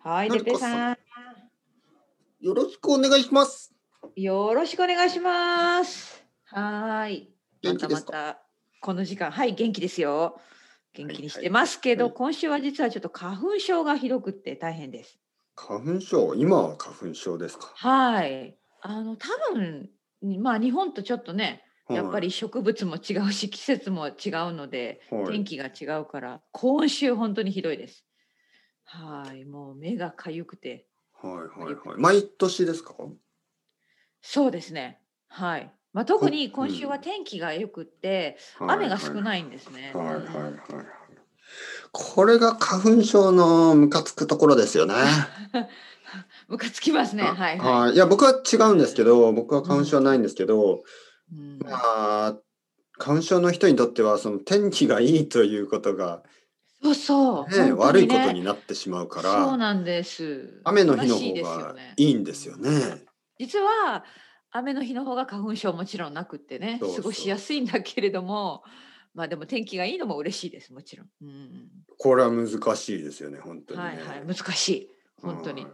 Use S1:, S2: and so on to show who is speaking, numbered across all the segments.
S1: はい、
S2: のり
S1: てっぺ
S2: こ
S1: い
S2: さん
S1: さん。
S2: よろしくお願いします。
S1: よろしくお願いします。はーい。
S2: 元気ですか
S1: またまたこの時間、はい、元気ですよ。元気にしてますけど、
S2: はい
S1: 今週は実はちょっと花粉症がひどくって大変です。
S2: 花粉症、今は花粉症ですか。
S1: はい。あの多分まあ日本とちょっとね、やっぱり植物も違うし季節も違うので、
S2: はい、はい
S1: 天気が違うから今週本当にひどいです。はい、もう目がかゆくて、
S2: はいはいはい。毎年ですか。
S1: そうですね。はい。まあ特に今週
S2: う
S1: は
S2: ん
S1: 天気が良くって、雨が少
S2: い。
S1: ないんですね。
S2: はいはいはいは
S1: う
S2: い
S1: ん。
S2: これが花粉症のムカつくところですよね。
S1: ムカつきますね。
S2: あ
S1: はいはい。
S2: い。いや、僕は違うんですけど、僕は花粉症はないんですけど、
S1: うん
S2: まあ。花粉症の人にとっては、その天気がいいということが、
S1: そうそう、
S2: ね、
S1: 本当
S2: 悪い
S1: に
S2: こ
S1: ね
S2: とになってしまうから。
S1: そうなんです。
S2: 雨の日の
S1: らしいです
S2: 方
S1: よ
S2: が
S1: ね
S2: いいんですよね。
S1: 実は雨の日の方が花粉症もちろんなくってね
S2: そうそう
S1: 過ごしやすいんだけれどもまあでも天気がいいのも嬉しいですもちろん、うん
S2: これは難しいですよね、本当にね、
S1: はいはい難しい本 当に
S2: はい。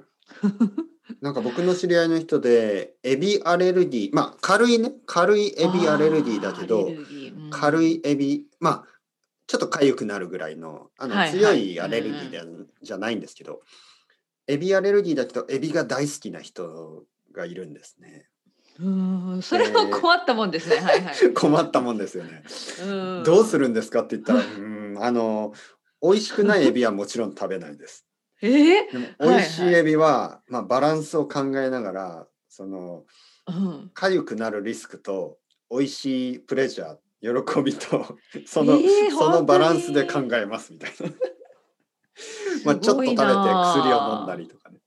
S2: なんか僕の知り合いの人で、エビアレルギー、まあ軽いね、軽いエビアレルギーだけ
S1: あーア
S2: ど
S1: レ、ルギーうん
S2: 軽いエビ、まあちょっと痒くなるぐらいの、あの
S1: はいはい
S2: 強いアレルギーでじゃないんですけど、エビアレルギーだけど、エビが大好きな人がいるんですね。
S1: うーんそれは困ったもんですね、はいはい
S2: 困ったもんですよね。
S1: うん
S2: どうするんですかって言ったら、うーん、あの、美味しくないエビはもちろん食べないです。
S1: え
S2: でも
S1: はい
S2: 美
S1: はい
S2: 味しいエビは、まあ、バランスを考えながらその
S1: ーうん
S2: 痒くなるリスクと美味しいプレジャー喜びと その、
S1: えー
S2: そのバランスで考
S1: 本当に
S2: えますみたいなまあちょっと食べて薬を飲んだりとかね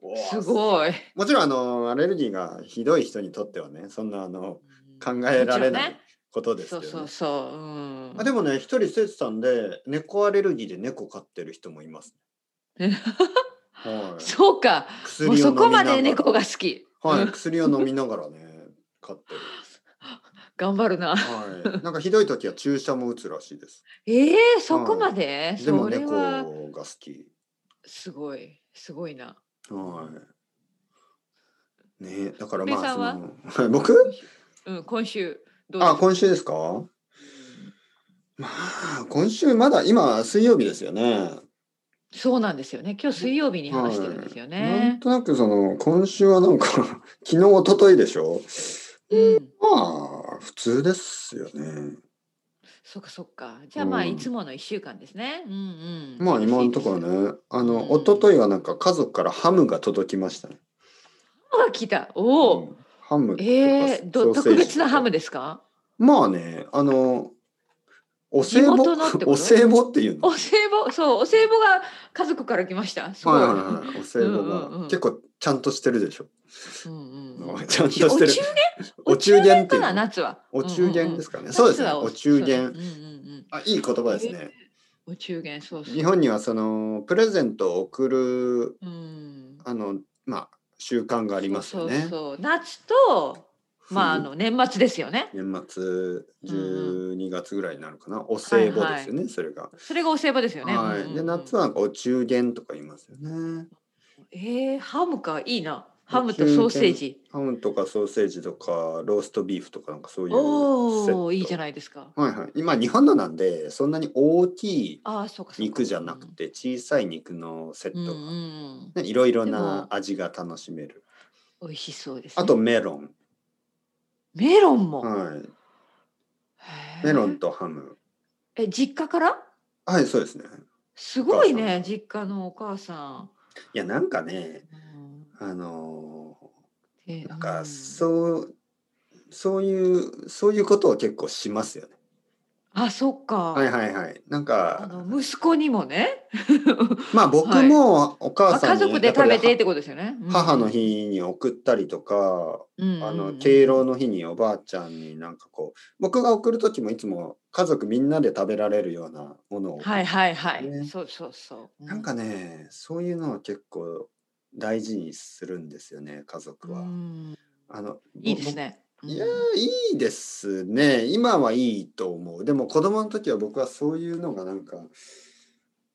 S2: お
S1: す
S2: ー
S1: ごい
S2: もちろんあのアレルギーがひどい人にとってはねそんなあの考えられ
S1: もちろん
S2: ない
S1: ね
S2: ことです
S1: そ
S2: よ
S1: う
S2: ね
S1: そうそううん
S2: あでもね一人生徒さんで猫アレルギーで猫飼ってる人もいます、
S1: え
S2: はい、
S1: そうか
S2: 薬
S1: も
S2: を
S1: う
S2: 飲み
S1: そこ
S2: な
S1: ま
S2: が
S1: で
S2: ら
S1: 猫が好き
S2: は
S1: う
S2: い、 薬を飲みながらね、買ってる。
S1: 頑張るな
S2: はい、なんかひどい時は注射も打つらしいです。
S1: ええそこまで、
S2: でも
S1: それ
S2: 猫が
S1: は
S2: 好き。
S1: すごいすごいな。
S2: はい。ね、だからま
S1: ペイさんは
S2: あ、その、はい、僕。
S1: うん今週どう
S2: あ、
S1: で
S2: 今週ですか。まあ、今週まだ今水曜日ですよね。
S1: すそうなんですよね。今日水曜日に話してるんですよ
S2: なん
S1: ね。
S2: となくその、今週はなんか、 昨日、一昨日でしょ
S1: うん、
S2: まあ、普通ですよね。
S1: そっかそっか。じゃあまあ
S2: うん
S1: いつもの一週間ですね。うんうん。
S2: まあ、今のところ
S1: ハ
S2: ね、あの、
S1: うん
S2: 一昨日はなんか家族からハムが届きましたね。
S1: ムが来た。おお。
S2: うんハムとか
S1: ええど
S2: ソーセー
S1: 特
S2: ジ
S1: 別なハムですか？
S2: まあねあのお歳暮
S1: 地元のってこと
S2: お歳暮っていうの
S1: お歳暮そうお歳暮が家族から来ました。すご
S2: は
S1: い。
S2: いはいはいお歳暮が、
S1: うんうんうん
S2: 結構ちゃんとしてるでしょ、
S1: うんうんう ん。
S2: ちゃんとして
S1: お
S2: る
S1: 中元
S2: お中元って
S1: か
S2: いう
S1: な
S2: の
S1: 夏は。。
S2: お中元ですすかね、
S1: うんうん
S2: そうですね
S1: 夏は
S2: お中
S1: そう
S2: 元
S1: ねうんうんうん。
S2: あいい言葉ですね、
S1: お中元そうそう。
S2: 日本にはそのプレゼントを贈る
S1: うん。
S2: あのまあ習慣がありますよね
S1: そうそうそう夏と、まあ、あ
S2: 冬
S1: の年末ですよね。
S2: 年末12月ぐらいになるかな、お歳暮ですよね、それが、
S1: それがお歳暮ですよね。
S2: は
S1: うん
S2: い、
S1: うんうん
S2: で夏はお中元とか言いますよね
S1: えー、ハムか、いいな。ハム
S2: お
S1: と
S2: 中
S1: ソ
S2: 元
S1: ーセージ。
S2: ハムとかソーセージとかローストビーフとかなんかそういう
S1: おお、いいじゃ
S2: ない
S1: ないですか。
S2: はいはい今日本のなんでそんなに大きい
S1: ああ、そうかそうか。
S2: 肉じゃなくて小さい肉のセッ
S1: うん。う
S2: ト
S1: んう
S2: が、
S1: ん
S2: ね、いろいろ
S1: で
S2: な
S1: も
S2: 味が楽しめる
S1: 美味しそうです、ね。
S2: あとメロン、
S1: メロンも。
S2: はい、
S1: へー
S2: メロン。とハム
S1: え、実家から。
S2: はいそうですね
S1: すごい
S2: お母さ
S1: ね
S2: ん、
S1: 実家のお母さん。
S2: いやなんかね
S1: うん
S2: あの
S1: え
S2: ーなんか
S1: うん
S2: そうそういうそういうことを結構しますよね
S1: あ、そっか。
S2: はいはいはいなん
S1: あ
S2: か
S1: の息子にもね。
S2: まあ僕もお
S1: ま
S2: 母
S1: あ
S2: さ
S1: 家
S2: んに
S1: 族で
S2: やっぱ
S1: 食
S2: り
S1: べてってことですよね。うん
S2: 母の、日に送ったりとか、
S1: うん
S2: あ
S1: う
S2: の
S1: ん
S2: 敬老の日におばあちゃんになんかこう僕が送る時もいつも家族みんなで食べられるようなものを、
S1: はいはいはい、
S2: ね
S1: そうそうそう。う
S2: なんか、ねそういうのを結構大事にするんですよね家族
S1: う
S2: は。
S1: ん
S2: あの
S1: いいですね。
S2: ぼいやーいいですね今はいいと思うでも子供の時は僕はそういうのがなんか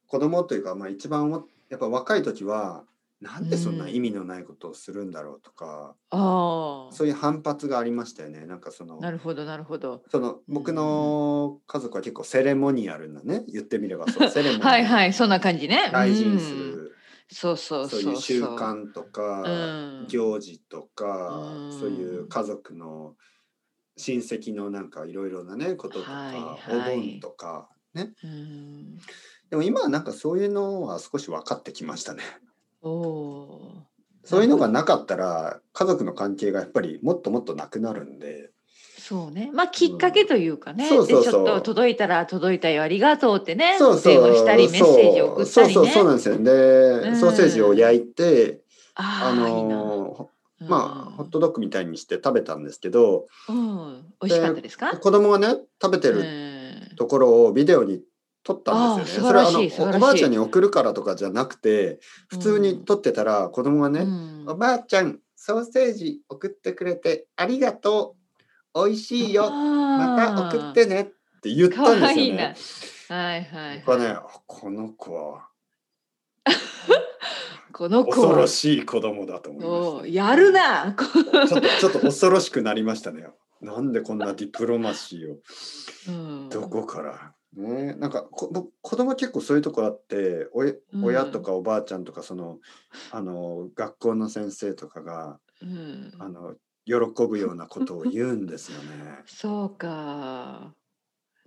S2: 子供というか、まあ、一番思っやっぱ若い時はなんでそんな意味のないことをするんだろうとか、
S1: あ
S2: そういう反発がありましたよねなんかその
S1: あなるほどなるほど。
S2: その僕の家族は結構セレモニアルなね言ってみればそう セレモニ
S1: はい
S2: アル
S1: はいそんな感じね。
S2: 大事にす
S1: うん。
S2: る、
S1: そうそう
S2: そ
S1: そうう
S2: いう習
S1: そう
S2: 慣とか、
S1: うん
S2: 行事とか、
S1: うん
S2: そういう家族の親戚のなんかいろいろなねこととか、
S1: はいはい
S2: お盆とかね
S1: うん。
S2: でも今はなんかそういうのは少し分かってきましたね。
S1: おおー。
S2: そういうのがなかったら家族の関係がやっぱりもっともっとなくなるんで、
S1: そうね。まあきっかけというかね。
S2: そうそう
S1: で
S2: そう
S1: ちょっと届いたら届いたよありがとうってね。
S2: そうそう
S1: 電話したりメッセージ送ったりね。
S2: そうそうそうなんですよで、
S1: うん
S2: ソーセージを焼いて
S1: あ
S2: あ
S1: あいいな。
S2: の
S1: うん
S2: まあホットドッグみたいにして食べたんですけど
S1: うん。美味しかったですか？
S2: 子供がね食べてる
S1: うん
S2: ところをビデオに撮ったんですよね。
S1: あー
S2: それはあ
S1: 素晴らしい素
S2: のお
S1: 晴らしい
S2: ばあちゃんに送るからとかじゃなくて普通に撮ってたら子供がね、
S1: うん
S2: おばあちゃんソーセージ送ってくれてありがとう美味しいよまた送っ。てねって言っ
S1: 可
S2: たんです
S1: 愛
S2: よ
S1: い
S2: ね
S1: な。。はいはい。
S2: 僕はねこの子は
S1: この子
S2: 恐
S1: は
S2: ろしい子供だと思い
S1: お
S2: ま
S1: うやるな。こ
S2: した。ちょっとちょっと恐ろしくなりましたね。なんでこんなディプロマシーを
S1: うん
S2: どこから、ね、なんかこ僕子供結構そういうとこあっておや
S1: うん
S2: 親とかおばあちゃんとかその、あの学校の先生とかが
S1: うん
S2: あの喜ぶようなことを言うんですよね。
S1: そうか。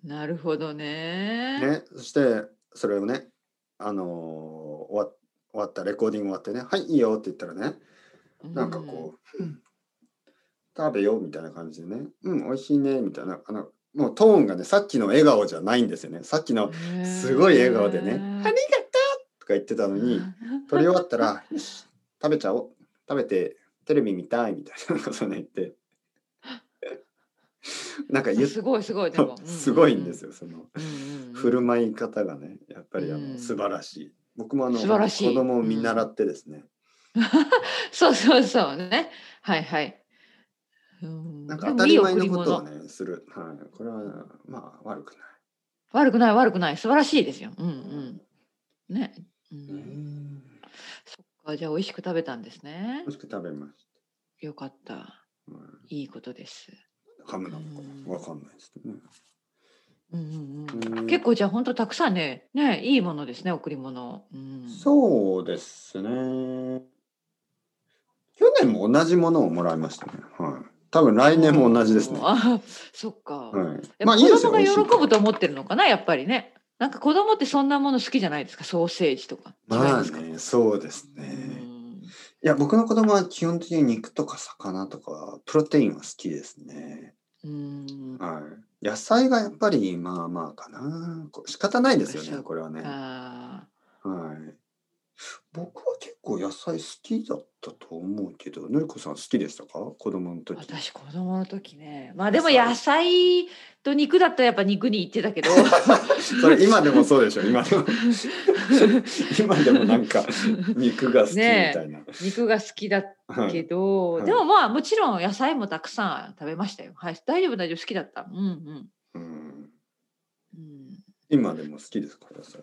S1: なるほどね。
S2: ねそしてそれをね、あの終わ終わったレコーディング終わってね「はいいいよ」って言ったらねなんかこう、うん食べようみたいな感じでね、うん、美味しいねみたいな、あの、もうトーンがね、さっきの笑顔じゃないんですよね。さっきの
S1: うん、
S2: すごい笑顔でね、ありがとう
S1: ね
S2: とか言ってたのに、取り終わったら、よし食べちゃおう、食べてテレビ見たいみたいなことね言って、なんか言っ
S1: すごいすごいでも
S2: すごいんです
S1: よ。
S2: よ、その
S1: うんうんうん
S2: 振る舞い方がね、やっぱりあ
S1: う
S2: の
S1: ん
S2: 素晴らしい。僕もあの
S1: 素晴らしい
S2: 子供を見習ってですね、
S1: そうそうそうね。はいはい。うん
S2: なんか当たり前
S1: でもいい
S2: のこと
S1: 贈
S2: を
S1: り物
S2: ねする、はい、これはまあ悪くない。
S1: 悪くない悪くない素晴らしいですよ。うんうん。ね。う、
S2: うんん
S1: そっかじゃあ美味しく食べたんですね
S2: 美。味しく食べまし
S1: よかった。
S2: た。うん
S1: いいことです。
S2: ハムなのか
S1: うん
S2: なわかんないですけどね。
S1: うんうん
S2: う
S1: うんん、結構じゃあ本当たくさんねねいいものですね贈り物、うん、
S2: そうですね。去年も同じものをもらいましたね。はい。多分来年も同じですね。は
S1: あそっか、
S2: い。
S1: で
S2: まあいい
S1: も子
S2: ですよ。
S1: 供が
S2: 美味しいか
S1: 喜
S2: ら
S1: ぶと思ってるのかなやっぱりねなんか子供ってそんなもの好きじゃないですかソーセージとか違い
S2: まあ
S1: ますか、
S2: ね、そうです
S1: う
S2: ね。
S1: ん
S2: いや、僕の子供は基本的に肉とか魚とかプロテインは好きですね。
S1: うん
S2: はい。野菜がやっぱりまあまあかな。こ仕方ないですよね、これはね。
S1: あ
S2: はい。僕は結構野菜好きだったと思うけど、のりこさん好きでしたか子供の
S1: ー
S2: 時。
S1: 私子供の時ねまあでも野菜と肉だったらやっぱ肉に行ってたけど
S2: それ今でもそうでしょ今でも 今でもなんか肉が好きみたいな。
S1: 肉が好きだった
S2: はい
S1: けど、
S2: はい
S1: でもまあもちろん野菜もたくさん食べましたよ。はい、大丈夫大丈夫好きだった。うんうん。
S2: うん
S1: うん、
S2: 今でも好きですか野菜。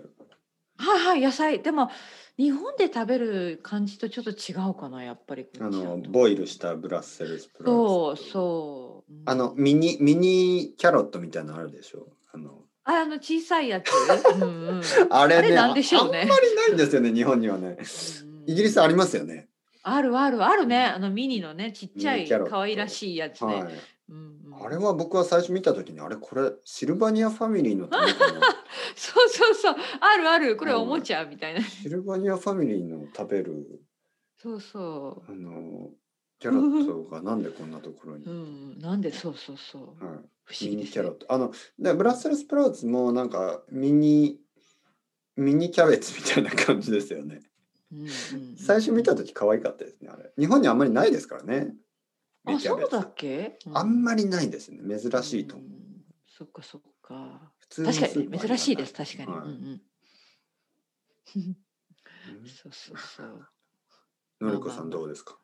S1: はいはい野菜でも日本で食べる感じとちょっと違うかなやっぱりこっち
S2: あ
S1: だと
S2: のボイルしたブラッセルスプラウ
S1: そう
S2: ツ
S1: そう、うん
S2: あのミニミニキャロットみたいなのあるでしょあの
S1: ああの小さいやつ、うんうん、
S2: あれ
S1: あ
S2: ね
S1: れなんでしょうね
S2: あんまりないんですよね日本にはね。 イギリスありますよね。
S1: あるあるあるねあのミニのねちっちゃ
S2: ミニ
S1: い
S2: キャロット
S1: 可愛らしいやつね、
S2: はい。
S1: うんうん、
S2: あれは僕は最初見た時にあれこれシルバニアファミリーのためかな
S1: そうそうそうあるあるこれおもちゃみたいな、
S2: シルバニアファミリーの食べる
S1: そうそ
S2: あのキャロットがなんでこんなところに、
S1: う、うん、なんでそうそうそう
S2: はい、
S1: 不
S2: ミ
S1: 思議で
S2: ニ
S1: す、ね、
S2: キャロットあのでブラッセルスプラウツもなんかミニミニキャベツみたいな感じですよね
S1: うんうんうん
S2: 最初見た時可愛かったですねあれ日本にあんまりないですからねミ
S1: あ
S2: ニキャ
S1: そ
S2: ベ
S1: う
S2: ツ
S1: だっけ、
S2: あんまりないですね珍しいと思う、
S1: うんそっかそっか
S2: 普通の
S1: 確か
S2: スー
S1: に
S2: パー
S1: ね
S2: は
S1: 珍しいです確かに、
S2: は
S1: う
S2: い
S1: んうん
S2: うん
S1: そうそうそう
S2: のりこさんどうですか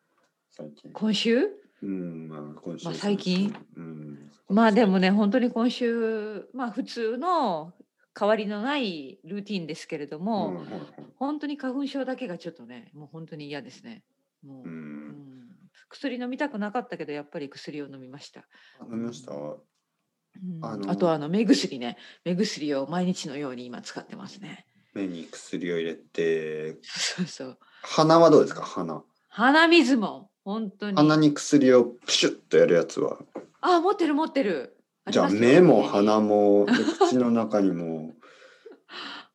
S2: 最近
S1: 今週
S2: うんまあ今週
S1: まあ最近
S2: うん
S1: まあでもね本当に今週まあ普通の変わりのないルーティンですけれども、
S2: うんうん
S1: 本当に花粉症だけがちょっとねもう本当に嫌ですねもう、
S2: う
S1: うんん薬飲みたくなかったけどやっぱり薬を飲みました、
S2: うん飲みました
S1: うん
S2: あの
S1: あとはあの目薬ね目薬を毎日のように今使ってますね
S2: 目に薬を入れて
S1: そうそう
S2: 鼻はどうですか鼻
S1: 鼻水も本当に
S2: 鼻に薬をプシュッとやるやつは
S1: あ持ってる持ってる
S2: じゃあ
S1: りますよ
S2: 目も
S1: 家に
S2: 鼻もで口の中に も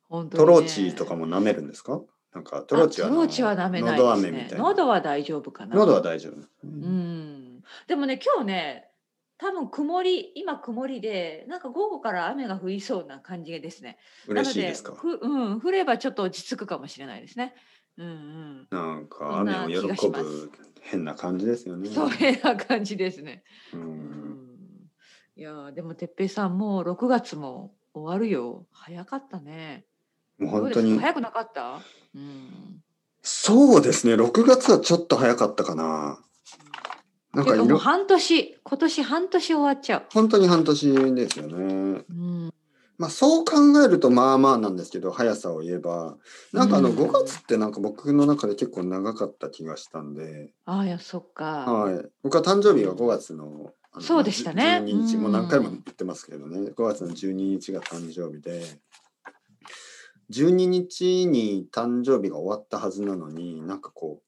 S1: 本当に
S2: ト
S1: ね
S2: ローチとかも舐めるんですかなんかトローチは
S1: あトローチは舐めない
S2: 喉
S1: で
S2: 飴
S1: す
S2: み
S1: ね
S2: たいな
S1: 喉は大丈夫かな
S2: 喉は大丈夫、
S1: うんでもね今日ね多分曇り今曇りでなんか午後から雨が降りそうな感じですね
S2: 嬉しいですか
S1: なのでふうん、降ればちょっと落ち着くかもしれないですねうん
S2: なんか
S1: そんな
S2: 雨を
S1: 気が
S2: 喜
S1: します
S2: ぶ変な感じですよ
S1: う
S2: ね
S1: んそう変な感じですね
S2: う
S1: うんんいやーでも哲平さんもう6月も終わるよ早かったね
S2: もう
S1: どう
S2: 本
S1: で
S2: 当
S1: すか
S2: に
S1: 早くなかったうん
S2: そうですね6月はちょっと早かったかななんか
S1: てかもう
S2: 色
S1: 半年今年半年終わっちゃう
S2: 本当に半年ですよね
S1: うん
S2: まあそう考えるとまあまあなんですけど速さを言えばなんかあの
S1: うん
S2: 5月ってなんか僕の中で結構長かった気がしたんで、
S1: ああいやそっか、
S2: はい、僕は誕生日が5月のあの
S1: そうでしたね
S2: 12日
S1: うん
S2: もう何回も言ってますけどね5月の12日が誕生日で12日に誕生日が終わったはずなのになんかこ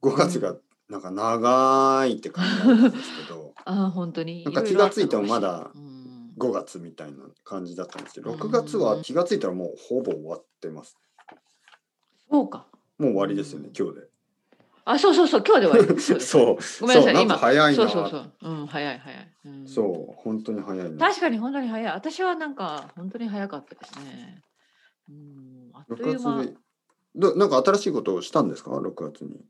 S2: う5月がなんか長いって感じなんですけど、
S1: ああ本当に
S2: なんか
S1: いろいろあった
S2: 気がついてもまだ
S1: かしれないうん
S2: 5月みたいな感じだったんですけど6月は気がついたらもうほぼ終わってます
S1: そうか
S2: もう終わりですよね今日で。
S1: あそうそうそう今日で終 わりそうです
S2: そう。
S1: ごめんなさい
S2: そう
S1: 今
S2: んか早いな。
S1: そうそうそううん早い早い、うん、
S2: そう本当に早いな。
S1: 確かに本当に早い私はなんか本当に早かったですねうんあっという
S2: 6
S1: 間
S2: 月で。どなんか新しいことをしたんですか6月に。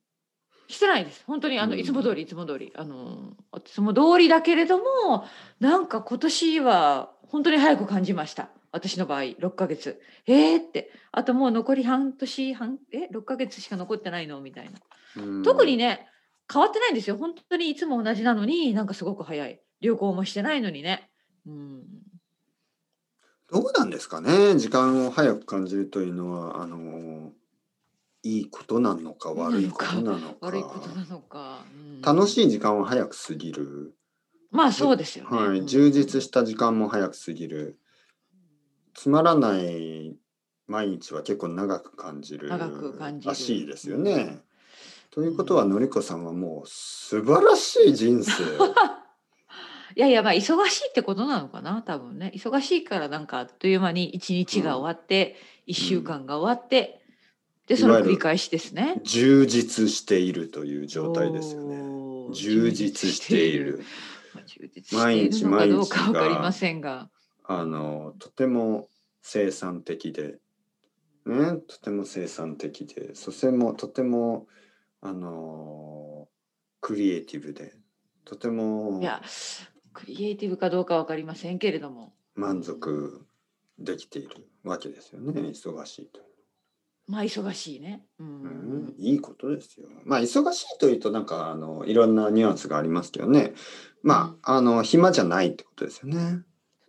S1: してないです本当にあの、
S2: うん
S1: いつも通りいつも通りあのいつも通りだけれどもなんか今年は本当に早く感じました私の場合6ヶ月えー、ってあともう残り半年半え6ヶ月しか残ってないのみたいな
S2: うん
S1: 特にね変わってないんですよ本当にいつも同じなのになんかすごく早い旅行もしてないのにねうん
S2: どうなんですかね時間を早く感じるというのはあのーいいことなのか悪いことなのか
S1: 悪いことなのか、うん
S2: 楽しい時間は早く過ぎる、
S1: まあそうですよね、
S2: は
S1: う
S2: い、
S1: ん
S2: 充実した時間も早く過ぎるつまらない毎日は結構長く感じる
S1: 長く感じる
S2: らしいですよね。
S1: うん
S2: ということはのりこさんはもう素晴らしい人生 を
S1: いやいやまあ忙しいってことなのかな多分ね忙しいからなんかあっという間に一日が終わって、一週間が終わって、で
S2: い
S1: その
S2: わゆる
S1: 繰り返しですね
S2: 充実しているという状態ですよね。
S1: おー
S2: 充実している。
S1: まあ充実しているのかどうかわかりませんが
S2: あのとても生産的で、ね、とても生産的でそしてもとてもあのクリエイティブでとても
S1: いやクリエイティブかどうかわかりませんけれども
S2: 満足できているわけですよね忙しいと、
S1: まあ忙しいねう
S2: うんん、いいことですよまあ忙しいというとなんかあのいろんなニュアンスがありますけどねまああの暇じゃないってことですよね、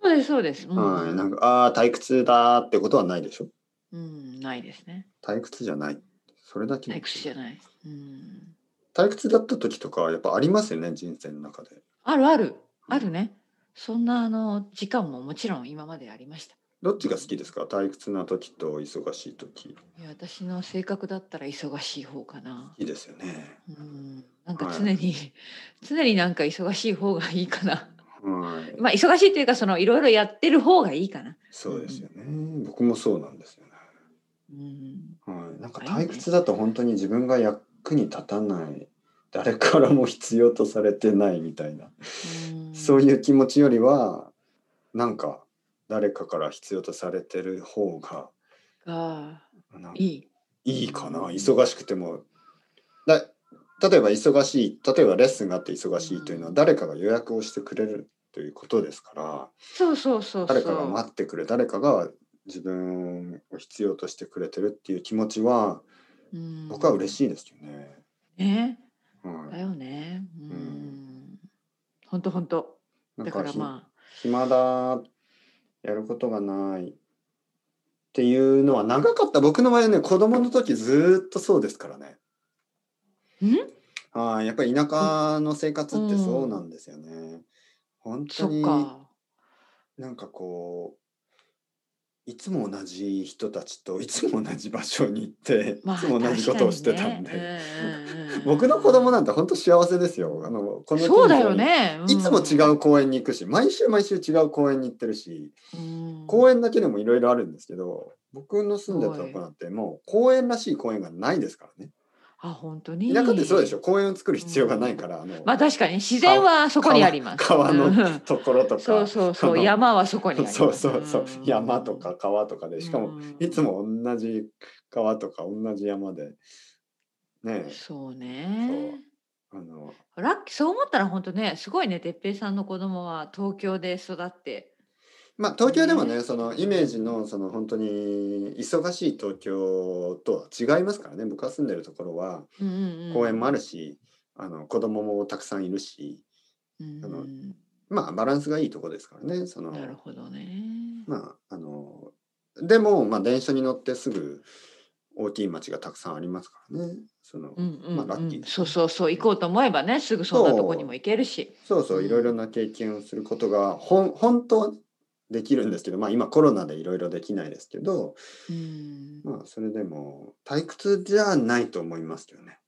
S1: そうですそうです、うん
S2: はいなんかああー退屈だーってことはないでしょ
S1: うん、ないですね
S2: 退屈じゃないそれだけ
S1: 退屈じゃない、うん、
S2: 退屈だった時とかはやっぱありますよね人生の中で
S1: あるあるあるねそんなあの時間ももちろん今までありました
S2: どっちが好きですか退屈な時と忙しい時
S1: いや私の性格だったら忙しい方かない
S2: いですよね
S1: うんなんか
S2: はい
S1: 常に、 常になんか忙しい方がいいかな
S2: はい
S1: まあ忙しいというかそのいろいろやってる方がいいかな
S2: そうですよね僕もそうなんですよね
S1: うん
S2: はい、なんか
S1: はい
S2: 退屈だと本当に自分が役に立たない誰からも必要とされてないみたいな、
S1: うん
S2: そういう気持ちよりはなんか誰かから必要とされてる方が
S1: が
S2: なんか
S1: いい
S2: いいかな忙しくてもだ例えば忙しい例えばレッスンがあって忙しいというのは誰かが予約をしてくれるということですから
S1: そうそうそうそう
S2: 誰かが待ってくれ誰かが自分を必要としてくれてるっていう気持ちは
S1: うん
S2: 僕は嬉しいですけどね。
S1: ね
S2: は
S1: だ
S2: い、
S1: よね。う。
S2: うん
S1: 本当本当。
S2: なん
S1: だ
S2: か
S1: か
S2: ひ
S1: らま
S2: 暇だやることがないっていうのは長かった僕の場合ね子供の時ずーっとそうですからね
S1: ん
S2: あーやっぱり田舎の生活ってそうなんですよね、本当
S1: そっ
S2: に
S1: か。
S2: なんかこういつも同じ人たちといつも同じ場所に行ってい
S1: まあ、
S2: つも同じことをしてたん
S1: 確か
S2: で、
S1: にねうんうんうん
S2: 僕の子供なんて本当幸せですよあのこの近
S1: そうだよ
S2: 所に
S1: ね。うん
S2: いつも違う公園に行くし毎週毎週違う公園に行ってるし
S1: うん
S2: 公園だけでもいろいろあるんですけど僕の住んでたとこなんてもう公園らしい公園がないですからね
S1: あ、本当に。
S2: 田舎ってそうでしょ。公園を作る必要がないから、あの
S1: まあ、確かに自然はそこにあります。
S2: 川
S1: う
S2: の
S1: ん
S2: ところとか
S1: そうそうそ
S2: あ
S1: う、
S2: の
S1: 山はそこにあります。
S2: そうそうそう
S1: うん
S2: 山とか。川とかでしかも
S1: うん
S2: いつ。も同じ川とか同じ山でねえ
S1: そうね。
S2: あの
S1: ラッキー、そう思ったら、本当ね、すごいね、哲平さんの子供は東京で育って。
S2: まあ東京でもね
S1: ね
S2: そのイメージのその本当に忙しい東京とは違いますからね僕が住んでるところは
S1: うんうんうん
S2: 公園もあるし、あの子供もたくさんいるし
S1: うん
S2: あの
S1: うん
S2: まあバランスがいいとこですからねその
S1: なるほどね。
S2: まああのでもまあ電車に乗ってすぐ大きい町がたくさんありますからねその、
S1: うんうん
S2: まあラ
S1: う
S2: ッキー
S1: ん
S2: ですね
S1: そうそうそう、行こうと思えばね、すぐそんなとこにも行けるし。
S2: そうそう
S1: うん
S2: いろいろな経験をすることがほん本当はできるんですけどまあ今コロナでいろいろできないですけど
S1: うん
S2: まあそれでも退屈じゃないと思いますけどね